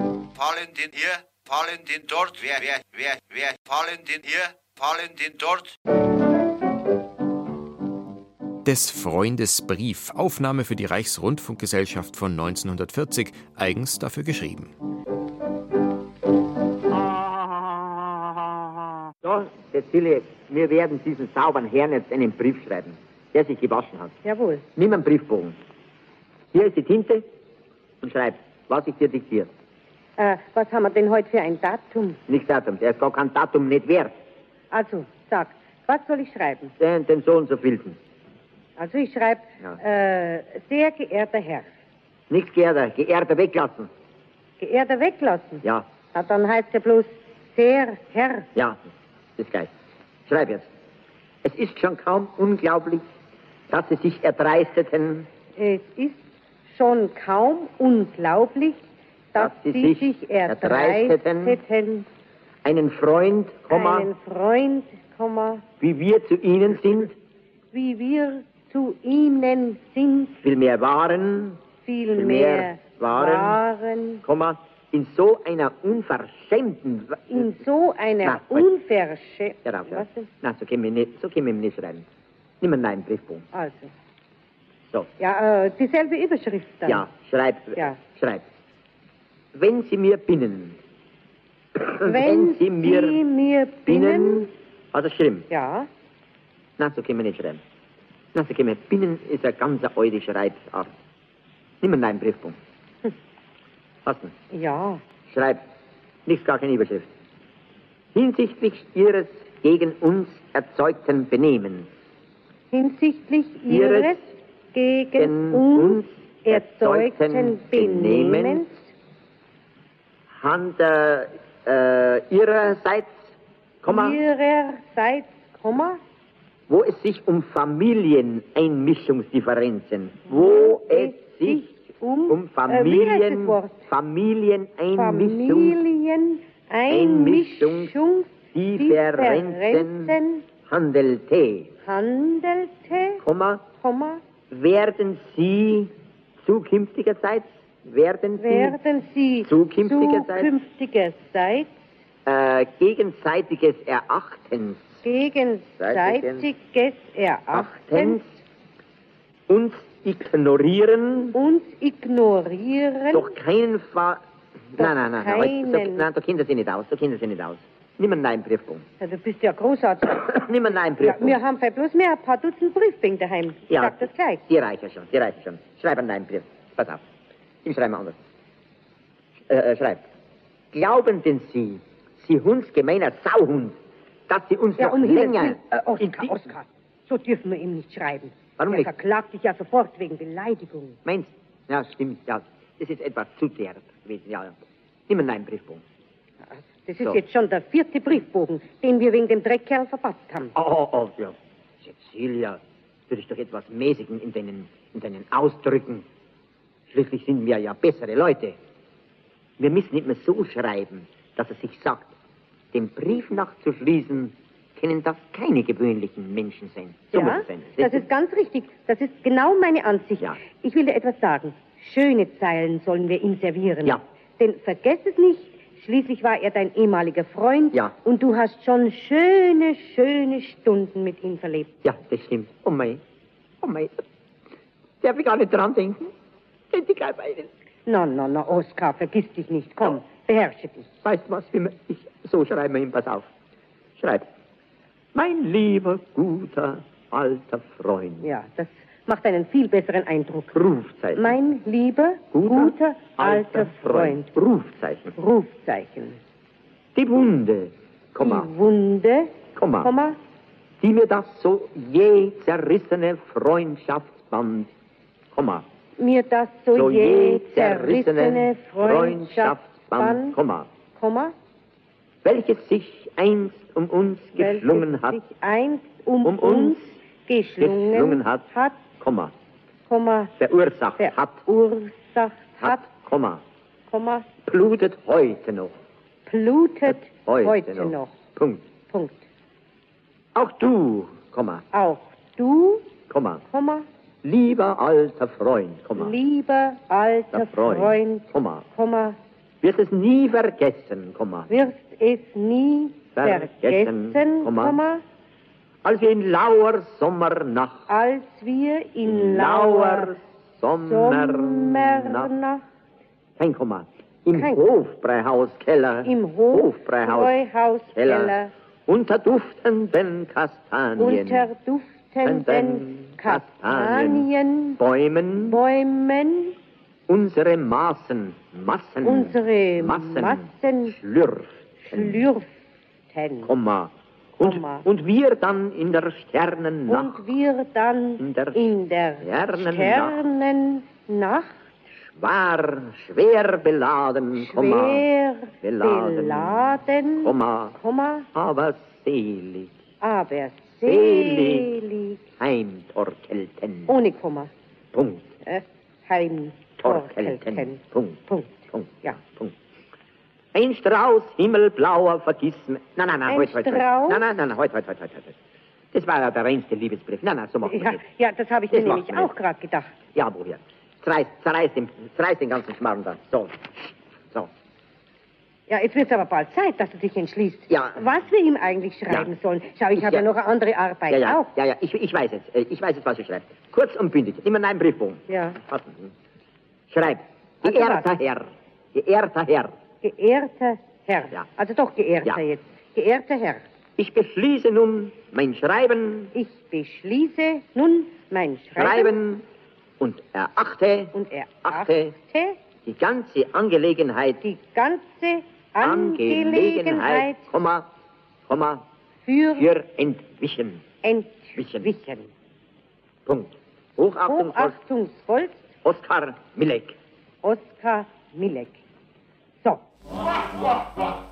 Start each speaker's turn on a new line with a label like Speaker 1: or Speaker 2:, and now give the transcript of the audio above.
Speaker 1: Palentin hier, Palentin dort, wer, wer, wer, wer, Palentin hier, Palentin dort.
Speaker 2: Des Freundes Brief, Aufnahme für die Reichsrundfunkgesellschaft von 1940, eigens dafür geschrieben.
Speaker 3: So, Cecilie, wir werden diesen sauberen Herrn jetzt einen Brief schreiben, der sich gewaschen hat.
Speaker 4: Jawohl.
Speaker 3: Nimm einen Briefbogen. Hier ist die Tinte und schreib, was ich dir diktiere.
Speaker 4: Äh, was haben wir denn heute für ein Datum?
Speaker 3: Nicht Datum, der ist gar kein Datum nicht wert.
Speaker 4: Also, sag, was soll ich schreiben?
Speaker 3: Den, den so und so vielten.
Speaker 4: Also, ich schreibe,
Speaker 3: Ja.
Speaker 4: äh, sehr geehrter Herr.
Speaker 3: Nicht geehrter, geehrter weglassen.
Speaker 4: Geehrter weglassen?
Speaker 3: Ja,
Speaker 4: Na, dann heißt ja bloß sehr Herr.
Speaker 3: ja, ist gleich. Schreib jetzt. Es ist schon kaum unglaublich, dass sie sich erdreisteten,
Speaker 4: Es ist schon kaum unglaublich, dass,
Speaker 3: Dass Sie
Speaker 4: Sie
Speaker 3: sich
Speaker 4: sich
Speaker 3: erdreisteten,
Speaker 4: erdreisteten,
Speaker 3: einen Freund, Komma,
Speaker 4: einen Freund, Komma,
Speaker 3: wie wir zu ihnen sind,
Speaker 4: wie wir zu Ihnen sind,
Speaker 3: vielmehr waren,
Speaker 4: vielmehr
Speaker 3: Vielmehr waren-
Speaker 4: waren
Speaker 3: Komma, in so einer unverschämten... Wa-
Speaker 4: in so einer
Speaker 3: Äh, Na, wait.
Speaker 4: unverschämten...
Speaker 3: Ja, rauf, ja.
Speaker 4: Was denn?
Speaker 3: Na, so können wir nicht, so können wir nicht schreiben. Nimm einen neuen Briefbogen.
Speaker 4: Also,
Speaker 3: So.
Speaker 4: ja, äh, dieselbe Überschrift dann.
Speaker 3: Ja, schreib.
Speaker 4: Ja.
Speaker 3: Schreib. Wenn Sie mir binnen.
Speaker 4: Wenn, Sie mir, binnen...
Speaker 3: Also schlimm.
Speaker 4: Ja,
Speaker 3: Na, so können wir nicht schreiben. Na, so können wir. Binnen ist eine ganz alte Schreibart. Nimm einen neuen Briefbogen.
Speaker 4: Hm.
Speaker 3: Hast du?
Speaker 4: ja,
Speaker 3: Schreib. Nichts, gar keine Überschrift. Hinsichtlich Ihres gegen uns erzeugten Benehmens.
Speaker 4: hinsichtlich
Speaker 3: Ihres
Speaker 4: Ihres gegen
Speaker 3: gegen
Speaker 4: uns
Speaker 3: uns erzeugten
Speaker 4: erzeugten Benehmens
Speaker 3: Benehmens Hand äh, äh, Ihrerseits, Komma,
Speaker 4: Ihrerseits, Komma,
Speaker 3: wo es sich um Familieneinmischungsdifferenzen, wo es sich
Speaker 4: um,
Speaker 3: um
Speaker 4: äh, wie heißt das
Speaker 3: Familien,
Speaker 4: Wort?
Speaker 3: Familieneinmischungsdifferenzen
Speaker 4: Familieneinmischung Differenzen
Speaker 3: handelte,
Speaker 4: handelte,
Speaker 3: Komma,
Speaker 4: Komma,
Speaker 3: werden Sie zukünftigerseits, werden Sie
Speaker 4: werden sie
Speaker 3: Zukünftigerseits-
Speaker 4: zukünftigerseits
Speaker 3: äh, gegenseitiges Erachtens,
Speaker 4: gegenseitiges Erachtens
Speaker 3: Achtens, uns ignorieren,
Speaker 4: uns ignorieren.
Speaker 3: doch keinen Fall.
Speaker 4: Doch
Speaker 3: Nein, nein, nein, nein, so,
Speaker 4: keinen.
Speaker 3: nein, da kennt ihr sie nicht aus, da kennt ihr sie nicht aus. Nimm einen neuen Briefbogen.
Speaker 4: Ja, du bist ja großartig.
Speaker 3: Nimm einen neuen
Speaker 4: Ja,
Speaker 3: Briefbogen.
Speaker 4: wir haben vielleicht bloß mehr ein paar Dutzend Briefbänke daheim. Ich
Speaker 3: Ja,
Speaker 4: sag das gleich.
Speaker 3: Die reichen schon, die reichen schon. Schreib einen neuen Brief. Pass auf. Ich schreibe mal anders. Sch- Äh, äh, schreib. Glauben denn Sie, Sie Hund, gemeiner Sauhund, dass Sie uns
Speaker 4: Ja,
Speaker 3: noch
Speaker 4: um Himmels
Speaker 3: länger...
Speaker 4: Willen. Äh,
Speaker 3: in
Speaker 4: Oskar,
Speaker 3: die-
Speaker 4: Oskar, so dürfen wir ihm nicht schreiben.
Speaker 3: Warum
Speaker 4: er
Speaker 3: nicht?
Speaker 4: verklagt dich ja sofort wegen Beleidigung.
Speaker 3: Meinst du? Ja, stimmt, ja. Das ist etwas zu derb gewesen, ja. ja. Nimm einen neuen Briefbogen.
Speaker 4: Das ist
Speaker 3: So.
Speaker 4: jetzt schon der vierte Briefbogen, den wir wegen dem Dreckkerl verpasst haben.
Speaker 3: Oh, oh, oh, ja. Cecilia, du dich doch etwas mäßigen in deinen, in deinen Ausdrücken. Schließlich sind wir ja bessere Leute. Wir müssen nicht mehr so schreiben, dass es sich sagt. Dem Brief nach zu schließen, können das keine gewöhnlichen Menschen sein. So muss
Speaker 4: ja,
Speaker 3: es sein.
Speaker 4: das ist ganz richtig. Das ist genau meine Ansicht.
Speaker 3: Ja.
Speaker 4: Ich will dir etwas sagen. Schöne Zeilen sollen wir ihm servieren.
Speaker 3: Ja.
Speaker 4: Denn vergess es nicht, schließlich war er dein ehemaliger Freund.
Speaker 3: Ja.
Speaker 4: Und du hast schon schöne, schöne Stunden mit ihm verlebt.
Speaker 3: Ja, das stimmt. Oh mein, oh mein. Darf ich gar nicht dran denken? Könnte ich gleich weinen.
Speaker 4: Na, na, na, Oskar, vergiss dich nicht. Komm,
Speaker 3: Ja.
Speaker 4: beherrsche dich.
Speaker 3: Weißt du was, wie man, ich, so schreiben wir ihm, pass auf. Schreib. Mein lieber, guter, alter Freund.
Speaker 4: Ja, das macht einen viel besseren Eindruck.
Speaker 3: Rufzeichen.
Speaker 4: Mein lieber, guter, alter Freund.
Speaker 3: Rufzeichen.
Speaker 4: Rufzeichen.
Speaker 3: Die Wunde, Komma, Ah.
Speaker 4: Die Wunde,
Speaker 3: Komma,
Speaker 4: Mhm. Komma,
Speaker 3: die mir das so je zerrissene Freundschaftsband, Komma,
Speaker 4: mir das so,
Speaker 3: so
Speaker 4: je zerrissene Freundschaftsband,
Speaker 3: Freundschaftsband, Komma,
Speaker 4: Komma,
Speaker 3: welches sich einst um uns geschlungen
Speaker 4: welches
Speaker 3: hat,
Speaker 4: sich einst um,
Speaker 3: um
Speaker 4: uns
Speaker 3: uns
Speaker 4: geschlungen,
Speaker 3: geschlungen hat,
Speaker 4: hat,
Speaker 3: Komma,
Speaker 4: Komma,
Speaker 3: verursacht hat,
Speaker 4: verursacht hat,
Speaker 3: hat, Komma,
Speaker 4: Komma,
Speaker 3: blutet heute noch,
Speaker 4: blutet heute,
Speaker 3: heute,
Speaker 4: noch.
Speaker 3: Punkt.
Speaker 4: Punkt.
Speaker 3: Auch du, Komma,
Speaker 4: Auch du,
Speaker 3: Komma,
Speaker 4: Komma,
Speaker 3: lieber alter Freund, Komma,
Speaker 4: lieber alter
Speaker 3: Der Freund.
Speaker 4: Freund,
Speaker 3: Komma.
Speaker 4: Komma,
Speaker 3: Wirst es nie vergessen, Komma.
Speaker 4: wirst es nie
Speaker 3: Vergessen,
Speaker 4: vergessen,
Speaker 3: Komma.
Speaker 4: Komma,
Speaker 3: Als wir Also in lauer Sommernacht,
Speaker 4: als wir in
Speaker 3: lauer
Speaker 4: lauer
Speaker 3: Sommernacht,
Speaker 4: Sommernacht
Speaker 3: kein Komma, im
Speaker 4: Kein-
Speaker 3: Hofbräuhauskeller,
Speaker 4: im Hof
Speaker 3: Hofbräuhaus,
Speaker 4: Brauhauskeller
Speaker 3: unter duftenden Kastanien,
Speaker 4: unter duftenden
Speaker 3: Kastanien-
Speaker 4: Kastanienbäumen
Speaker 3: Bäumen, unsere Maßen, Massen,
Speaker 4: unsere
Speaker 3: Massen,
Speaker 4: Massen
Speaker 3: schlürften,
Speaker 4: schlürften.
Speaker 3: Komma. Und,
Speaker 4: Komma.
Speaker 3: und wir dann in der Sternennacht
Speaker 4: Und wir dann
Speaker 3: In der
Speaker 4: in der
Speaker 3: Sternennacht.
Speaker 4: Sternennacht
Speaker 3: war schwer beladen, Komma,
Speaker 4: schwer
Speaker 3: Beladen.
Speaker 4: beladen,
Speaker 3: Komma,
Speaker 4: Komma,
Speaker 3: aber selig
Speaker 4: aber
Speaker 3: Selig.
Speaker 4: selig,
Speaker 3: heimtorkelten.
Speaker 4: ohne Komma,
Speaker 3: Punkt.
Speaker 4: äh, heimtorkelten.
Speaker 3: Torkelten. Punkt.
Speaker 4: Punkt.
Speaker 3: Punkt.
Speaker 4: Ja.
Speaker 3: Punkt. Ein Strauß himmelblauer Vergissen. Nein, nein, nein,
Speaker 4: Ein
Speaker 3: heute, heute, heute.
Speaker 4: Strauß?
Speaker 3: Nein, nein, nein, heute, heute, heute, heute, heute. halt, Das war ja der reinste Liebesbrief. Nein, nein, so machen wir
Speaker 4: Ja,
Speaker 3: das.
Speaker 4: ja, das habe ich
Speaker 3: Das
Speaker 4: mir nämlich
Speaker 3: macht man
Speaker 4: auch gerade gedacht.
Speaker 3: Ja, Bruder. Zerreiß, zerreiß den, zerreiß den ganzen Schmarrn da. So. So.
Speaker 4: Ja, jetzt wird es aber bald Zeit, dass du dich entschließt,
Speaker 3: Ja.
Speaker 4: was wir ihm eigentlich schreiben
Speaker 3: Ja.
Speaker 4: sollen. Schau, ich
Speaker 3: Ich-
Speaker 4: habe ja.
Speaker 3: ja.
Speaker 4: noch eine andere Arbeit
Speaker 3: Ja, ja,
Speaker 4: auch.
Speaker 3: ja, ja, ich, ich weiß jetzt. äh, Ich weiß jetzt, was ich schreibe. Kurz und bündig. Immer in einem Briefbogen.
Speaker 4: Ja.
Speaker 3: Passen. Schreib.
Speaker 4: Also was?
Speaker 3: Geehrter Herr. Geehrter Herr.
Speaker 4: Geehrter Herr.
Speaker 3: Ja.
Speaker 4: Also doch geehrter
Speaker 3: Ja.
Speaker 4: jetzt. Geehrter Herr,
Speaker 3: Ich beschließe nun mein Schreiben,
Speaker 4: ich beschließe nun mein Schreiben,
Speaker 3: Schreiben und erachte
Speaker 4: und erachte
Speaker 3: Achte. die ganze Angelegenheit
Speaker 4: die ganze Angelegenheit
Speaker 3: Komma, Komma,
Speaker 4: für,
Speaker 3: für entwichen.
Speaker 4: entwichen.
Speaker 3: Punkt. Hochachtung, Volk-
Speaker 4: Hochachtungsvoll,
Speaker 3: Oskar Milek.
Speaker 4: Oskar Milek. So.
Speaker 5: Wah, wah, wah.